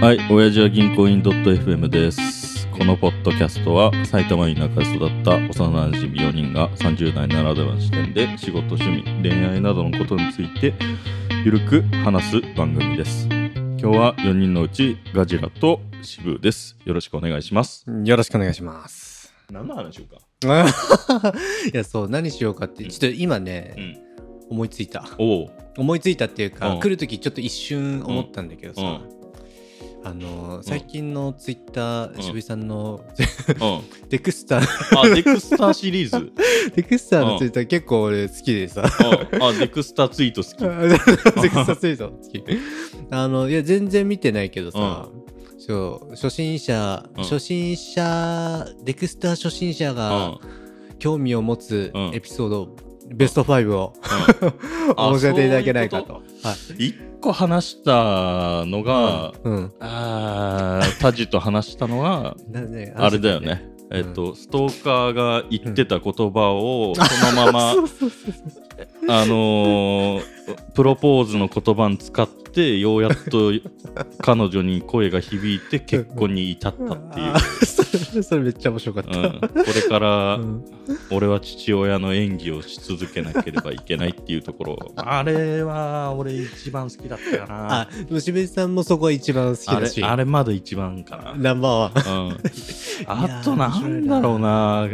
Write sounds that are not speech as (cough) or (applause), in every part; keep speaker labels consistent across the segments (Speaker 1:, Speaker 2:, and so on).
Speaker 1: はい、親父は銀行員 .fm です。このポッドキャストは埼玉田舎で育った幼馴染4人が30代ならではの視点で仕事、趣味、恋愛などのことについてゆるく話す番組です。今日は4人のうちガジラとシブです。よろしくお願いします。
Speaker 2: よろしくお願いします。 (laughs)
Speaker 1: 何の話しようか。
Speaker 2: いや、そう、何しようかって、ちょっと今
Speaker 1: う
Speaker 2: ね、
Speaker 1: ん。
Speaker 2: 思いついた。
Speaker 1: おお。
Speaker 2: 思いついたっていうか、
Speaker 1: うん
Speaker 2: 来るときちょっと一瞬思ったんだけど
Speaker 1: う
Speaker 2: さ、あのー、最近のツイッタ
Speaker 1: うん
Speaker 2: ー、渋井さんの、 (laughs)
Speaker 1: うん。
Speaker 2: デクスター、 (laughs)
Speaker 1: あ、デクスターシリー (laughs) ズ。
Speaker 2: デクスターのツイッター結構俺好きでさ、
Speaker 1: うんあ、デクスターツイート好き。
Speaker 2: (laughs) デクスターツイート好き。あの、いや、全然見てないけどさ、そう初心者、
Speaker 1: うん
Speaker 2: 初心者、デクスター初心者
Speaker 1: う
Speaker 2: が、
Speaker 1: ん。
Speaker 2: 興味を持つ
Speaker 1: うん
Speaker 2: エピソード、ベスト5を、
Speaker 1: あ
Speaker 2: (laughs) 教えていただけないかと。
Speaker 1: そう
Speaker 2: はい
Speaker 1: 一個話したのが、
Speaker 2: うん、
Speaker 1: あータジと話したのは
Speaker 2: なね
Speaker 1: (laughs) あれだよ。ね。えっと、ストーカーが言ってた言葉を (laughs) そのまま、
Speaker 2: そうそうそうそう
Speaker 1: あのープロポーズの言葉に使ってようやっと彼女に声が響いて結婚に至ったっていう
Speaker 2: あ、ーそれそれめっちゃ面白かった。
Speaker 1: うん、これから
Speaker 2: うん
Speaker 1: 俺は父親の演技をし続けなければいけないっていうところあれは俺一番好きだったかな
Speaker 2: あ、でも渋井さんもそこは一番好き
Speaker 1: あ
Speaker 2: だ
Speaker 1: れ
Speaker 2: し、
Speaker 1: あれまだ一番かな
Speaker 2: ナンバー (laughs) ワン。
Speaker 1: うん
Speaker 2: や
Speaker 1: あとなんだろうな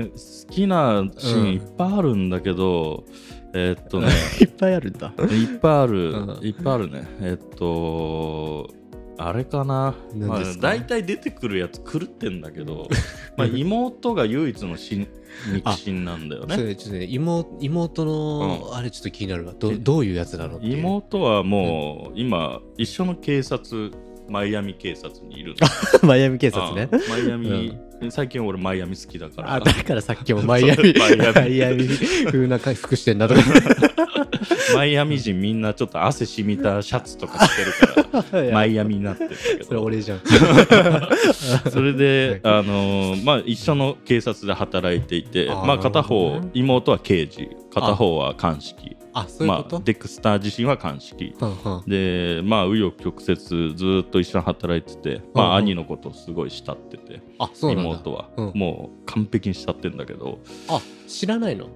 Speaker 1: 好きなシーンいっぱいあるんだけど、えーっと
Speaker 2: (laughs)
Speaker 1: ね
Speaker 2: いっぱいあるんだ。
Speaker 1: いっぱいある、
Speaker 2: うん
Speaker 1: いっぱいあるねえーっとあれかなま
Speaker 2: 何
Speaker 1: あ
Speaker 2: ですか
Speaker 1: 大体出てくるやつ狂ってんだけど (laughs) まあ妹が唯一の親肉親なんだよ
Speaker 2: そ
Speaker 1: ね
Speaker 2: れちょっとね、妹妹の、あれちょっと気になるわ。どどういうやつなのっていう。
Speaker 1: 妹はもう今一緒の警察マイアミ警察にいるんだ
Speaker 2: (laughs) マイアミ警察ね。
Speaker 1: うんマイアミ、最近俺マイアミ好きだから
Speaker 2: あ、だからさっきもマイアミ、
Speaker 1: そうマイアミ
Speaker 2: マイアミ風な服してんだとか。
Speaker 1: マイアミ人みんなちょっと汗しみたシャツとか着て
Speaker 2: (laughs)
Speaker 1: るから (laughs) マイアミになってるんだけ
Speaker 2: それ
Speaker 1: ど
Speaker 2: 俺じゃん。
Speaker 1: それで、あのーまあ、一緒の警察で働いていて
Speaker 2: あー
Speaker 1: まあ、
Speaker 2: なるほど
Speaker 1: 片方、
Speaker 2: ね
Speaker 1: 妹は刑事片方は鑑識
Speaker 2: あ、そういうこ
Speaker 1: まあ、
Speaker 2: と、
Speaker 1: デクスター自身は鑑識
Speaker 2: うんうん
Speaker 1: でまあ紆余曲折ずーっと一緒に働いてて、ま
Speaker 2: うん
Speaker 1: あ、
Speaker 2: うん
Speaker 1: 兄のことをすごい慕ってて
Speaker 2: あ、そうなんだ。
Speaker 1: 妹は、
Speaker 2: うん
Speaker 1: もう完璧に慕ってんだけど
Speaker 2: あ、知らないの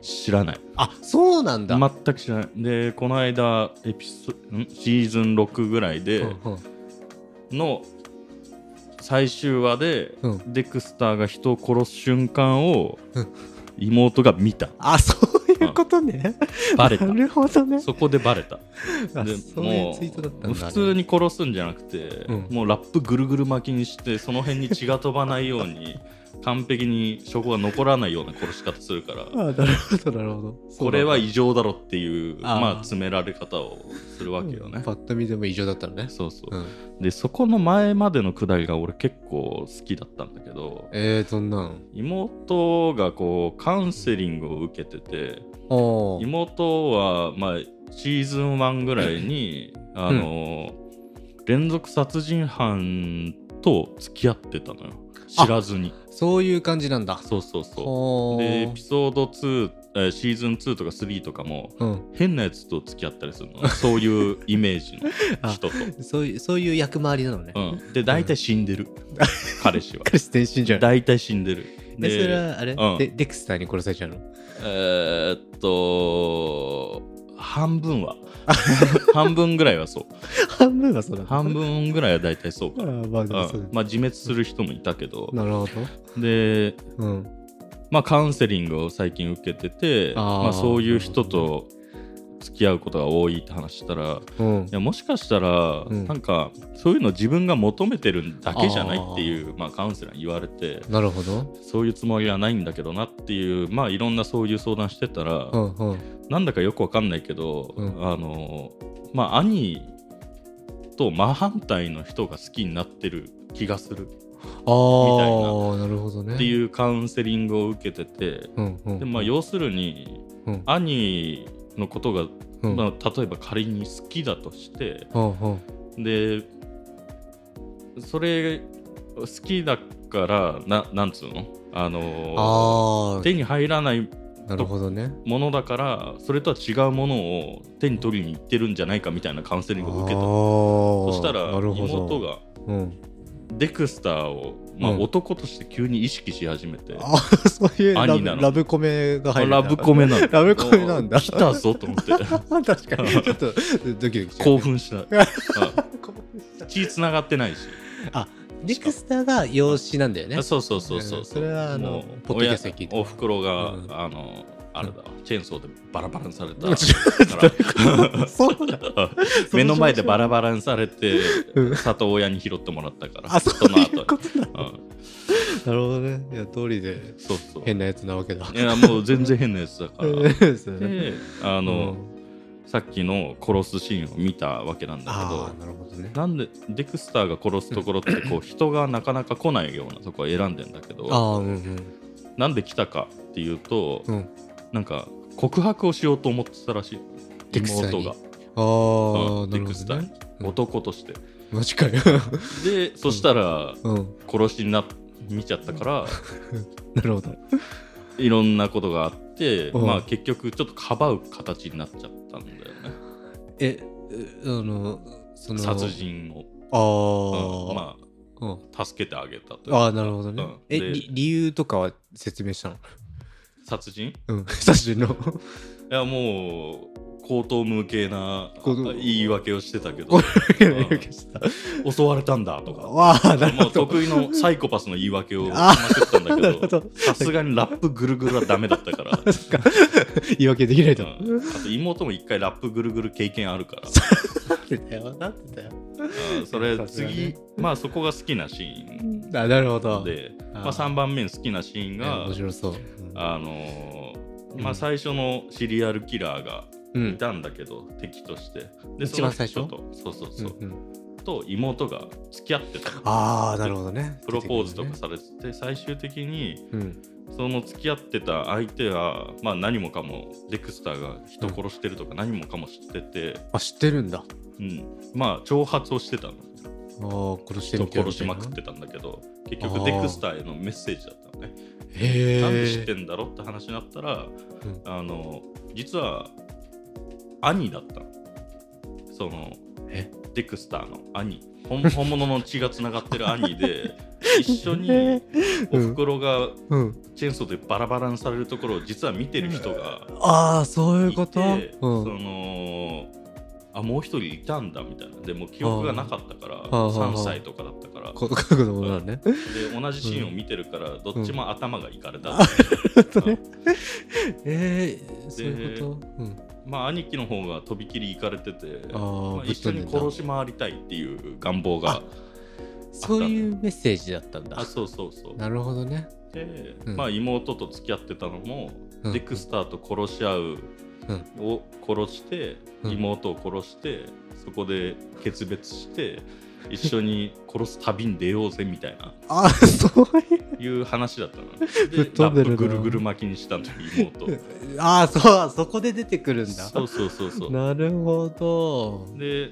Speaker 1: 知らない
Speaker 2: あ、そうなんだ。
Speaker 1: 全く知らないでこの間エピソんシーズン6ぐらいで、
Speaker 2: うんうん
Speaker 1: の最終話で、
Speaker 2: うん
Speaker 1: デクスターが人を殺す瞬間を
Speaker 2: うん
Speaker 1: 妹が
Speaker 2: (laughs)
Speaker 1: 見た
Speaker 2: あ、そういうことね。
Speaker 1: バレた
Speaker 2: なるほどね。
Speaker 1: そこでバレた
Speaker 2: あ
Speaker 1: で
Speaker 2: そういうツイートだったんだ。
Speaker 1: 普通に殺すんじゃなくて、
Speaker 2: うん
Speaker 1: もうラップぐるぐる巻きにしてその辺に血が飛ばないよう
Speaker 2: (laughs)
Speaker 1: に完璧に証拠が残らないような殺し方するから
Speaker 2: あ、なるほど、なるほど。
Speaker 1: これは異常だろっていう
Speaker 2: あー
Speaker 1: まあ詰められ方をするわけよね、
Speaker 2: パッと見でも異常だったのね。
Speaker 1: そうそう
Speaker 2: う、ん、
Speaker 1: でそこの前までのくだりが俺結構好きだったんだけど
Speaker 2: えー、そんなん。
Speaker 1: 妹がこうカウンセリングを受けてて
Speaker 2: おー
Speaker 1: 妹は、まあ、シーズン1ぐらいに、あの連続殺人犯と付き合ってたのよ知らずに
Speaker 2: そういう感じなんだ。
Speaker 1: そうそうそう
Speaker 2: ほ
Speaker 1: でエ
Speaker 2: ー
Speaker 1: ピソード2、えーシーズン2とか3とかも
Speaker 2: うん、
Speaker 1: 変なやつと付き合ったりする
Speaker 2: (laughs)
Speaker 1: のそういうイメージの人と、
Speaker 2: そういうそういう役回りなのね。
Speaker 1: うん、で大体死んでる彼氏
Speaker 2: (laughs)
Speaker 1: は
Speaker 2: 彼氏全身じゃない。
Speaker 1: 大体死んでる
Speaker 2: えそれはあれ、
Speaker 1: うん
Speaker 2: でデクスターに殺されちゃうの
Speaker 1: えーっと半分
Speaker 2: (laughs)
Speaker 1: は半分ぐらいはそう
Speaker 2: 半分はそうだ。
Speaker 1: 半分ぐらいは大体そうか、、
Speaker 2: あーまあ、でもそううん
Speaker 1: まあ自滅する人もいたけど
Speaker 2: なるほ
Speaker 1: で
Speaker 2: ど。うん。
Speaker 1: まあカウンセリングを最近受けてて
Speaker 2: あー
Speaker 1: まあ、そういう人と付き合うことが多いって話したら
Speaker 2: うん
Speaker 1: い。やもしかしたら、
Speaker 2: うん
Speaker 1: なんかそういうの自分が求めてるだけじゃないっていうまあ、カウンセラーに言われて
Speaker 2: なるほど。
Speaker 1: そういうつもりはないんだけどなっていうまあいろんなそういう相談してたら、
Speaker 2: うんうん。
Speaker 1: なんだかよくわかんないけど、
Speaker 2: うん
Speaker 1: あのまあ兄と真反対の人が好きになってる気がする
Speaker 2: ああ、なるほどね。
Speaker 1: って
Speaker 2: う。
Speaker 1: いうカウンセリングを受けてて、
Speaker 2: うんうん、
Speaker 1: でまあ、要するに
Speaker 2: うん
Speaker 1: 兄のことが、
Speaker 2: うん、
Speaker 1: まあ、例えば仮に好きだとして
Speaker 2: うんうん
Speaker 1: でそれ好きだからななんつうのあの
Speaker 2: ああ、
Speaker 1: 手に入らない
Speaker 2: なるほどね。
Speaker 1: ものだからそれとは違うものを手に取りに行ってるんじゃないかみたいなカウンセリングを受けたそ
Speaker 2: そ
Speaker 1: したら
Speaker 2: なるほど
Speaker 1: 妹が
Speaker 2: うん、
Speaker 1: デクスターを、まあ
Speaker 2: うん
Speaker 1: 男として急に意識し始めて、
Speaker 2: あそういうラ
Speaker 1: 兄
Speaker 2: ブ
Speaker 1: なの
Speaker 2: ラブコメが入るんだ
Speaker 1: ラブコメなんだ
Speaker 2: ラブコメなんだ
Speaker 1: (laughs) 来たぞと思って
Speaker 2: (laughs) 確
Speaker 1: (laughs)
Speaker 2: かにちょっとドキドキしちゃ
Speaker 1: 興
Speaker 2: う
Speaker 1: 奮
Speaker 2: (laughs)
Speaker 1: したうん
Speaker 2: 興奮した
Speaker 1: 血つながってないし、
Speaker 2: デクスターが養子なんだよね
Speaker 1: あそうそうそうそう、
Speaker 2: うんそれはあの
Speaker 1: もう
Speaker 2: ポッドキャストで聞いて
Speaker 1: 親おふくろが、
Speaker 2: うん
Speaker 1: あのあれだわチェーンソーでバラバラにされた
Speaker 2: うん (laughs) ち
Speaker 1: だか
Speaker 2: そうだ
Speaker 1: ら (laughs) 目の前でバラバラにされて、
Speaker 2: うん
Speaker 1: 里親に拾ってもらったから
Speaker 2: あそう
Speaker 1: の
Speaker 2: いうこと
Speaker 1: 後にう
Speaker 2: だ
Speaker 1: ん
Speaker 2: なるほどねいや通りで
Speaker 1: そうそう
Speaker 2: 変なやつなわけだ
Speaker 1: いやもう全然変なやつだから
Speaker 2: (laughs) そうね
Speaker 1: であ
Speaker 2: あ
Speaker 1: の、さっきの殺すシーンを見たわけなんだ
Speaker 2: あ
Speaker 1: け
Speaker 2: ーなるほどね
Speaker 1: どなんでデクスターが殺すところってこう人がなかなか来ないようなとこを選んでんだけど
Speaker 2: ああうん
Speaker 1: なんで来たかっていうと、
Speaker 2: うんうん
Speaker 1: なんか告白をしようと思ってたらしい
Speaker 2: デクスターに
Speaker 1: 妹が、
Speaker 2: あ
Speaker 1: う
Speaker 2: あ
Speaker 1: ん
Speaker 2: な
Speaker 1: デ
Speaker 2: るほ
Speaker 1: クスタ
Speaker 2: ど
Speaker 1: ー
Speaker 2: ね
Speaker 1: に、男として
Speaker 2: マジかよ
Speaker 1: でそしたら
Speaker 2: うん
Speaker 1: 殺しになっ見ちゃったから
Speaker 2: なるほど
Speaker 1: いろんなことがあって、
Speaker 2: うん
Speaker 1: まあ、結局ちょっとかばう形になっちゃったんだよね
Speaker 2: ええあのその
Speaker 1: 殺人を、う
Speaker 2: あ
Speaker 1: ん
Speaker 2: あ、
Speaker 1: ま
Speaker 2: うん
Speaker 1: あ、助けてあげたという
Speaker 2: ああなるほどね、
Speaker 1: うん
Speaker 2: え
Speaker 1: で
Speaker 2: り理由とかは説明したの
Speaker 1: 殺人
Speaker 2: うん久しぶりの
Speaker 1: いやもう口頭無形な
Speaker 2: 口頭
Speaker 1: 言い訳をしてた
Speaker 2: (laughs)
Speaker 1: けど襲われたんだとか
Speaker 2: わ (laughs) あなる
Speaker 1: も
Speaker 2: ほ
Speaker 1: う
Speaker 2: ど
Speaker 1: 得意のサイコパスの言い訳をし
Speaker 2: あ
Speaker 1: まくったんだ
Speaker 2: なる
Speaker 1: け
Speaker 2: ほ
Speaker 1: ど
Speaker 2: ど
Speaker 1: さすがにラップぐるぐるはダメだった
Speaker 2: (laughs)
Speaker 1: から、う
Speaker 2: そっか言い訳できないと思
Speaker 1: んあと妹も一回ラップぐるぐる経験ある
Speaker 2: (laughs)
Speaker 1: から
Speaker 2: ってたよなってたよ
Speaker 1: うんそれ
Speaker 2: さすがね
Speaker 1: 次まあそこが好きなシーン
Speaker 2: あなるほど
Speaker 1: で
Speaker 2: あー
Speaker 1: まあ、3番目の好きなシーンが
Speaker 2: 面白そう
Speaker 1: あのー
Speaker 2: うん
Speaker 1: まあ、最初のシリアルキラーが
Speaker 2: う
Speaker 1: い
Speaker 2: ん
Speaker 1: たんだけど、敵としてで
Speaker 2: 一番最初
Speaker 1: その人とそうそうそう、
Speaker 2: うんうん
Speaker 1: と妹が付き合ってた
Speaker 2: ああなるほどね
Speaker 1: プロポーズとか
Speaker 2: 出て
Speaker 1: されてて、最終的に
Speaker 2: くるね
Speaker 1: その付き合ってた相手は、まあ、何もかもデクスターが人殺してるとか何もかも知ってて、
Speaker 2: うんあ知ってるんだあ
Speaker 1: うんまあ挑発をしてたの
Speaker 2: あ殺して
Speaker 1: 人
Speaker 2: る
Speaker 1: を殺しまくってたんだけど結局デクスターへのメッセージだったのね
Speaker 2: へえ
Speaker 1: なんで知ってんだろって話になったら、
Speaker 2: うん
Speaker 1: あの実は兄だったのその
Speaker 2: え
Speaker 1: デクスターの兄本本物の血がつながってる兄
Speaker 2: (laughs)
Speaker 1: で一緒におふくろが
Speaker 2: うん
Speaker 1: チェーンソーでバラバラにされるところを実は見てる人が
Speaker 2: ああそういう
Speaker 1: い
Speaker 2: こと
Speaker 1: て
Speaker 2: う
Speaker 1: そ
Speaker 2: ん
Speaker 1: のあもう一人いたんだみたいなでもう記憶がなかったから
Speaker 2: ああ
Speaker 1: 3歳とかだったから
Speaker 2: こ子供なのね
Speaker 1: で同じシーンを見てるからどっちも頭がいかれた、
Speaker 2: (laughs) ねえー、そういうこと、うん、
Speaker 1: まあ兄貴の方がとびきり行かれてて
Speaker 2: あー
Speaker 1: まあ
Speaker 2: ぶっ
Speaker 1: 一緒
Speaker 2: 飛んでん
Speaker 1: に
Speaker 2: だ
Speaker 1: 殺し回りたいっていう願望が
Speaker 2: そういうメッセージだったんだ
Speaker 1: あそうそうそう
Speaker 2: なるほどね
Speaker 1: で、
Speaker 2: うん
Speaker 1: まあ妹と付き合ってたのも、
Speaker 2: うん
Speaker 1: デクスターと殺し合うを殺して、
Speaker 2: うん
Speaker 1: 妹を殺してそこで決別して一緒に殺す旅に出ようぜみたいな
Speaker 2: あそういう
Speaker 1: いう話だったの
Speaker 2: (laughs) ぶっ
Speaker 1: で
Speaker 2: 飛んでる
Speaker 1: ラップ
Speaker 2: な
Speaker 1: ぐるぐる巻きにしたの妹
Speaker 2: (laughs) あそうそこで出てくるんだ
Speaker 1: そうそうそうそう
Speaker 2: なるほど
Speaker 1: で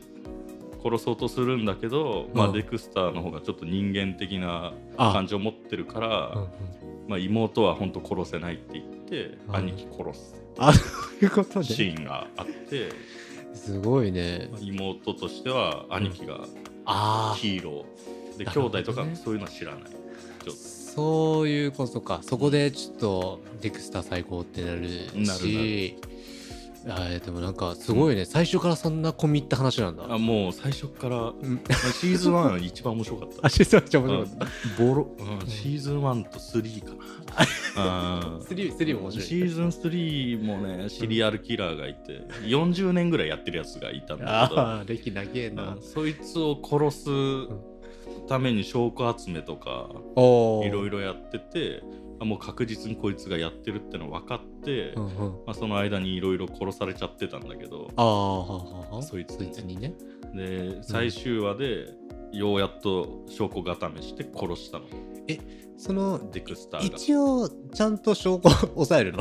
Speaker 1: 殺そうとするんだけど、ま
Speaker 2: う
Speaker 1: あ、
Speaker 2: ん
Speaker 1: デクスターの方がちょっと人間的な
Speaker 2: あ
Speaker 1: 感情を持ってるから、
Speaker 2: うんうん
Speaker 1: まあ、妹は本当殺せないって言って、
Speaker 2: うん
Speaker 1: 兄貴殺す
Speaker 2: あそういうこと
Speaker 1: シ
Speaker 2: ね
Speaker 1: ーンがあって、
Speaker 2: すごいね
Speaker 1: まあ妹としては兄貴が
Speaker 2: あ
Speaker 1: ヒーローで
Speaker 2: な
Speaker 1: 兄
Speaker 2: るほどね
Speaker 1: 弟とかそういうのは知らない、
Speaker 2: あそういうことかそこでちょっとデクスター最高ってなる
Speaker 1: な
Speaker 2: しあーでもなんかすごいね、最初からそんな込み入った話なんだ
Speaker 1: あもう最初から、ま
Speaker 2: ん
Speaker 1: あシーズン1一番面白かった
Speaker 2: (laughs) あシステムちゃん
Speaker 1: うん
Speaker 2: 面白かっ
Speaker 1: ボロ、うんシーズン1と3か
Speaker 2: (laughs)
Speaker 1: なうん
Speaker 2: たスリースリーも面白い
Speaker 1: シーズン3もねシリアルキラーがいて、40年ぐらいやってるやつがいたんだ
Speaker 2: ああ、歴長
Speaker 1: け
Speaker 2: え
Speaker 1: ど、
Speaker 2: な
Speaker 1: うん。そいつを殺すために証拠集めとか
Speaker 2: お
Speaker 1: いろい
Speaker 2: ろ。
Speaker 1: ろやっててあもう確実にこいつがやってるっての分かって、
Speaker 2: うんうん、
Speaker 1: まあ、その間にいろいろ殺されちゃってたんだけど
Speaker 2: ああ、ははは
Speaker 1: そいつ
Speaker 2: そいつにね。
Speaker 1: で最終話でようやっと証拠固めして殺したの
Speaker 2: その、
Speaker 1: デクスターが。
Speaker 2: 一応、ちゃんと証拠を抑えるの。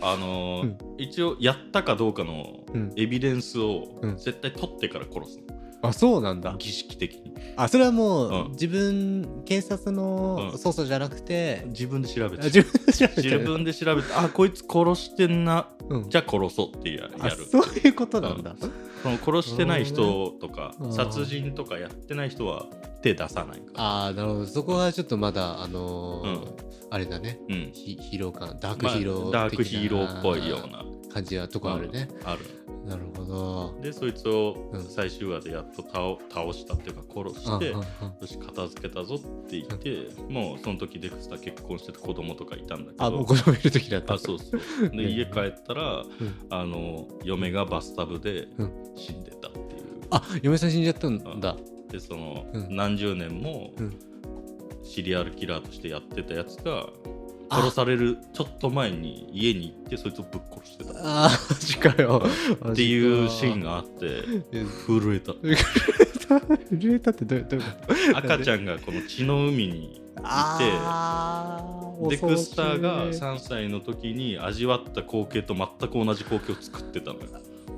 Speaker 1: あのー
Speaker 2: うん
Speaker 1: 一応やったかどうかの
Speaker 2: うん
Speaker 1: エビデンスを
Speaker 2: うん
Speaker 1: 絶対取ってから殺すの、
Speaker 2: あそうなんだ
Speaker 1: 儀式的に
Speaker 2: あそれはもう、
Speaker 1: うん
Speaker 2: 自分警察の
Speaker 1: うん
Speaker 2: 捜査じゃなくて、
Speaker 1: 自分で調べ
Speaker 2: あ
Speaker 1: て
Speaker 2: 自分で調べて
Speaker 1: 自
Speaker 2: る
Speaker 1: 分で調べてあこいつ殺してんな
Speaker 2: うん
Speaker 1: じゃあ殺そうってや
Speaker 2: あ
Speaker 1: やる
Speaker 2: そういうことなんだ、
Speaker 1: その殺してない人とか
Speaker 2: うん
Speaker 1: 殺人とかやってない人は手出さないから
Speaker 2: ああなるほどそこはちょっとまだあのー
Speaker 1: うん
Speaker 2: あれだね
Speaker 1: うん
Speaker 2: ヒヒーロー感ダーク
Speaker 1: まあ
Speaker 2: ヒーロー、
Speaker 1: ダークヒーローっぽいような
Speaker 2: 感じはとこあるね、
Speaker 1: ある
Speaker 2: なるほど
Speaker 1: でそいつを
Speaker 2: うん
Speaker 1: 最終話でやっと倒倒したっていうか殺して
Speaker 2: うんうん
Speaker 1: よ
Speaker 2: うん
Speaker 1: し片付けたぞって言ってもうその時デクスター結婚してて子供とかいたんだけ
Speaker 2: あもう
Speaker 1: ど
Speaker 2: 子供いる時だった
Speaker 1: あそうそうで
Speaker 2: (laughs) ね
Speaker 1: 家帰ったら
Speaker 2: うん
Speaker 1: あの嫁がバスタブで
Speaker 2: う
Speaker 1: 死んでたっていう
Speaker 2: あ嫁さん死んじゃったんだ、
Speaker 1: でその、
Speaker 2: うん
Speaker 1: 何十年も
Speaker 2: うん
Speaker 1: シリアルキラーとしてやってたやつが
Speaker 2: あ
Speaker 1: 殺されるちょっと前に家に行ってそいつをぶっ殺してたっ
Speaker 2: ああマジかよ
Speaker 1: ていうシーン
Speaker 2: が
Speaker 1: があって震
Speaker 2: (laughs)
Speaker 1: えた
Speaker 2: 震えたってどういうどういうこと
Speaker 1: 赤ちゃんがこの血の海に
Speaker 2: あー
Speaker 1: デクスターが
Speaker 2: 恐ろ
Speaker 1: 3
Speaker 2: しいね
Speaker 1: 歳の時に味わった光景と全く同じ光景を作ってたのよ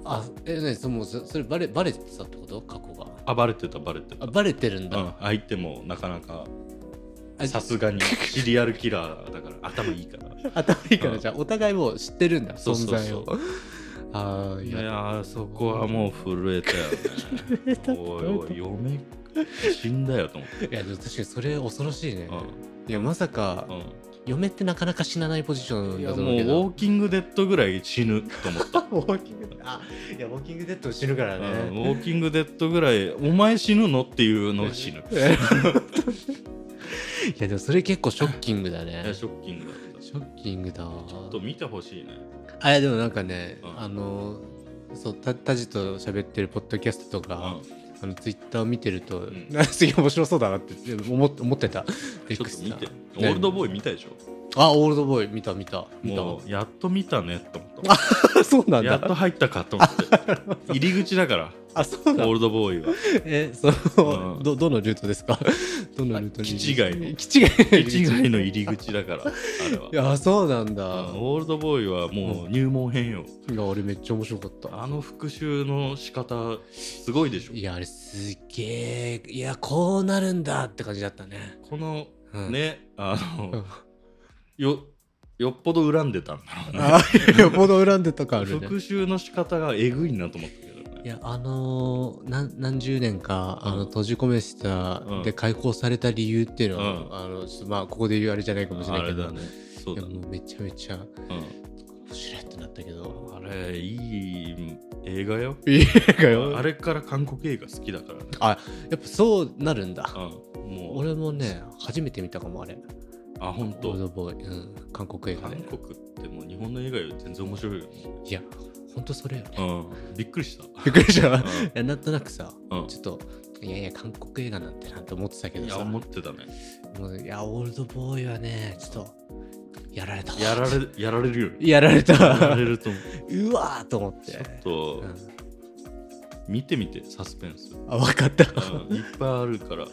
Speaker 2: あえねそもうそそれバレバレてたってこと過去が
Speaker 1: あバレてたバレてた
Speaker 2: あバレてるんだ、
Speaker 1: うん、相手もなかなか
Speaker 2: あ
Speaker 1: さすがにシリアルキラーだから頭いいから
Speaker 2: 頭いいか
Speaker 1: う
Speaker 2: ら
Speaker 1: ん
Speaker 2: じゃあお互いもう知ってるんだ
Speaker 1: そ
Speaker 2: 存
Speaker 1: うそう
Speaker 2: 在
Speaker 1: そう
Speaker 2: をああ
Speaker 1: い
Speaker 2: い
Speaker 1: や
Speaker 2: や
Speaker 1: ーそこはもう震えたよね。
Speaker 2: (laughs) えだって
Speaker 1: おいおい、嫁死んだよと思って。
Speaker 2: いやでも確かにそれ恐ろしいね
Speaker 1: う
Speaker 2: いやまさか
Speaker 1: ん
Speaker 2: 嫁ってなかなか死なないポジショ
Speaker 1: うん、
Speaker 2: ン
Speaker 1: い
Speaker 2: だ
Speaker 1: や
Speaker 2: と
Speaker 1: もうウ
Speaker 2: 思うけど
Speaker 1: ォーキングデッドぐらい死ぬと思
Speaker 2: (laughs)
Speaker 1: った。
Speaker 2: ウォーキングあいやウォーキングデッド死ぬから
Speaker 1: うんウォーキングデッドぐらい、お前死ぬのっていうのが死ぬ。い
Speaker 2: いやでもそれ結構ショッキングだね
Speaker 1: やショッキングだった。
Speaker 2: ショッキングだわ
Speaker 1: ちょっと見てほしいね。
Speaker 2: あいやでもなんかね、
Speaker 1: うん
Speaker 2: あのそうたタジと喋ってるポッドキャストとか、あのツイッターを見てると、
Speaker 1: ん
Speaker 2: なんか (laughs) すげえ面白そうだなって思っ思ってた
Speaker 1: うんちょっと見て。オ
Speaker 2: Dexter ね
Speaker 1: ールドボーイ見たでしょ。
Speaker 2: あオールドボーイ見た見た見た
Speaker 1: もうやっと見たねと思っ
Speaker 2: そう (laughs) な
Speaker 1: た。やっと入ったかと思
Speaker 2: (laughs)
Speaker 1: って。入り口だから、
Speaker 2: あそう
Speaker 1: オ
Speaker 2: なんだ
Speaker 1: ールドボ
Speaker 2: (laughs)
Speaker 1: ーイは。
Speaker 2: えその、
Speaker 1: うん
Speaker 2: どどのルートですか (laughs) どのルートに
Speaker 1: あ気違いの
Speaker 2: 気違いの
Speaker 1: 一概の入り口だから、あれは。
Speaker 2: いやそうなんだ、
Speaker 1: あオールドボーイはもう入門編よ、
Speaker 2: いや俺めっちゃ面白かった
Speaker 1: あの復習の仕方すごいでしょ
Speaker 2: いやあれすげえいやこうなるんだって感じだったね、
Speaker 1: この
Speaker 2: うん、
Speaker 1: ね、あの、
Speaker 2: うん
Speaker 1: よよっぽど恨んでたんだろうね
Speaker 2: あよほど恨んでたかあるね
Speaker 1: 復習の仕方がえぐいなと思ったけど
Speaker 2: い
Speaker 1: ね
Speaker 2: やあのー、なん何十年か、
Speaker 1: うん
Speaker 2: あの閉じ込めてた、
Speaker 1: うん
Speaker 2: で解放された理由っていうのは、
Speaker 1: うん
Speaker 2: あのちょっとまあここで言うあれじゃないかもしれ
Speaker 1: あ
Speaker 2: ないけ
Speaker 1: れ
Speaker 2: ど
Speaker 1: だねそう
Speaker 2: いや
Speaker 1: だね
Speaker 2: もうめちゃめちゃ
Speaker 1: う
Speaker 2: 面白いってなったけど
Speaker 1: ん、あれいい映画よ
Speaker 2: いい映画よ
Speaker 1: あれから韓国映画好きだからね、
Speaker 2: やっぱそうなるんだ
Speaker 1: うん、もう
Speaker 2: 俺もね初めて見たかもあれ
Speaker 1: あ本
Speaker 2: オール
Speaker 1: 当
Speaker 2: ドボーイ、うん、韓国映画
Speaker 1: 韓
Speaker 2: で
Speaker 1: 国ってもう日本の映画より全然面白いよね、
Speaker 2: いやほんとそれよね
Speaker 1: うん、 (laughs) びっくりした
Speaker 2: びっくりした
Speaker 1: うん
Speaker 2: いやなんとなくさ、
Speaker 1: うん
Speaker 2: ちょっといやいや韓国映画なんてなって思ってたけど
Speaker 1: いや
Speaker 2: さ
Speaker 1: 思
Speaker 2: も
Speaker 1: ってたね
Speaker 2: ういやオールドボーイはねちょっとやられた
Speaker 1: やられやられるよ
Speaker 2: やられた
Speaker 1: やられる (laughs) と思う
Speaker 2: うわーと思って
Speaker 1: ちょっと
Speaker 2: うん
Speaker 1: 見てみてサスペンス、
Speaker 2: あ分かった
Speaker 1: うんいっぱいある (laughs) から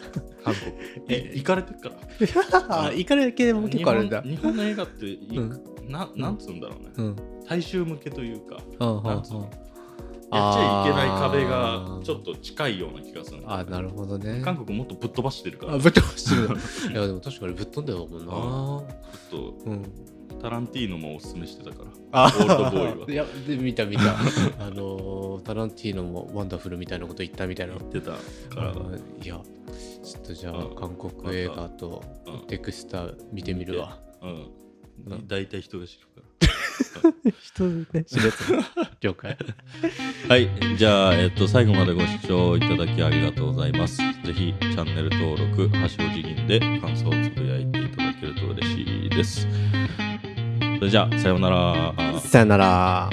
Speaker 1: 韓国い
Speaker 2: え
Speaker 1: 行かれてるから
Speaker 2: (laughs) あ行かれる系も結構あるんだ
Speaker 1: 日本日本の映画ってい、
Speaker 2: う
Speaker 1: ななんつうんだろうね、
Speaker 2: うん
Speaker 1: 大衆向けというか
Speaker 2: うんうん
Speaker 1: な
Speaker 2: うんん
Speaker 1: つうのやっち
Speaker 2: あ
Speaker 1: ゃ
Speaker 2: ー
Speaker 1: いけない壁がちょっと近いような気がする
Speaker 2: あなるほどね
Speaker 1: 韓国もっとぶっ飛ばしてるから
Speaker 2: あ
Speaker 1: ち
Speaker 2: ぶっ飛ば
Speaker 1: (laughs)
Speaker 2: してるいやでも確かにぶっ飛んだよもんな
Speaker 1: ょっ
Speaker 2: うん
Speaker 1: とタランティーノもおすすめしてたから (laughs)
Speaker 2: あ
Speaker 1: オールドボーイはい
Speaker 2: やで見
Speaker 1: (laughs)
Speaker 2: た見たあのータランティーノもワンダフルみたいなこと言ったみたいな
Speaker 1: 言ってたから、
Speaker 2: うんいやちょっとじゃ
Speaker 1: う
Speaker 2: あ
Speaker 1: ん
Speaker 2: 韓国映画と
Speaker 1: うん
Speaker 2: テクスター見てみるわ
Speaker 1: うん
Speaker 2: うん
Speaker 1: 大体人が知るから
Speaker 2: 人ね (laughs) 知るやつ了解
Speaker 1: はい、じゃあ、えっと、最後までご視聴いただきありがとうございます。ぜひ、チャンネル登録、はしお辞儀で感想をつぶやいていただけると嬉しいです。それじゃあ、さようなら。
Speaker 2: さよなら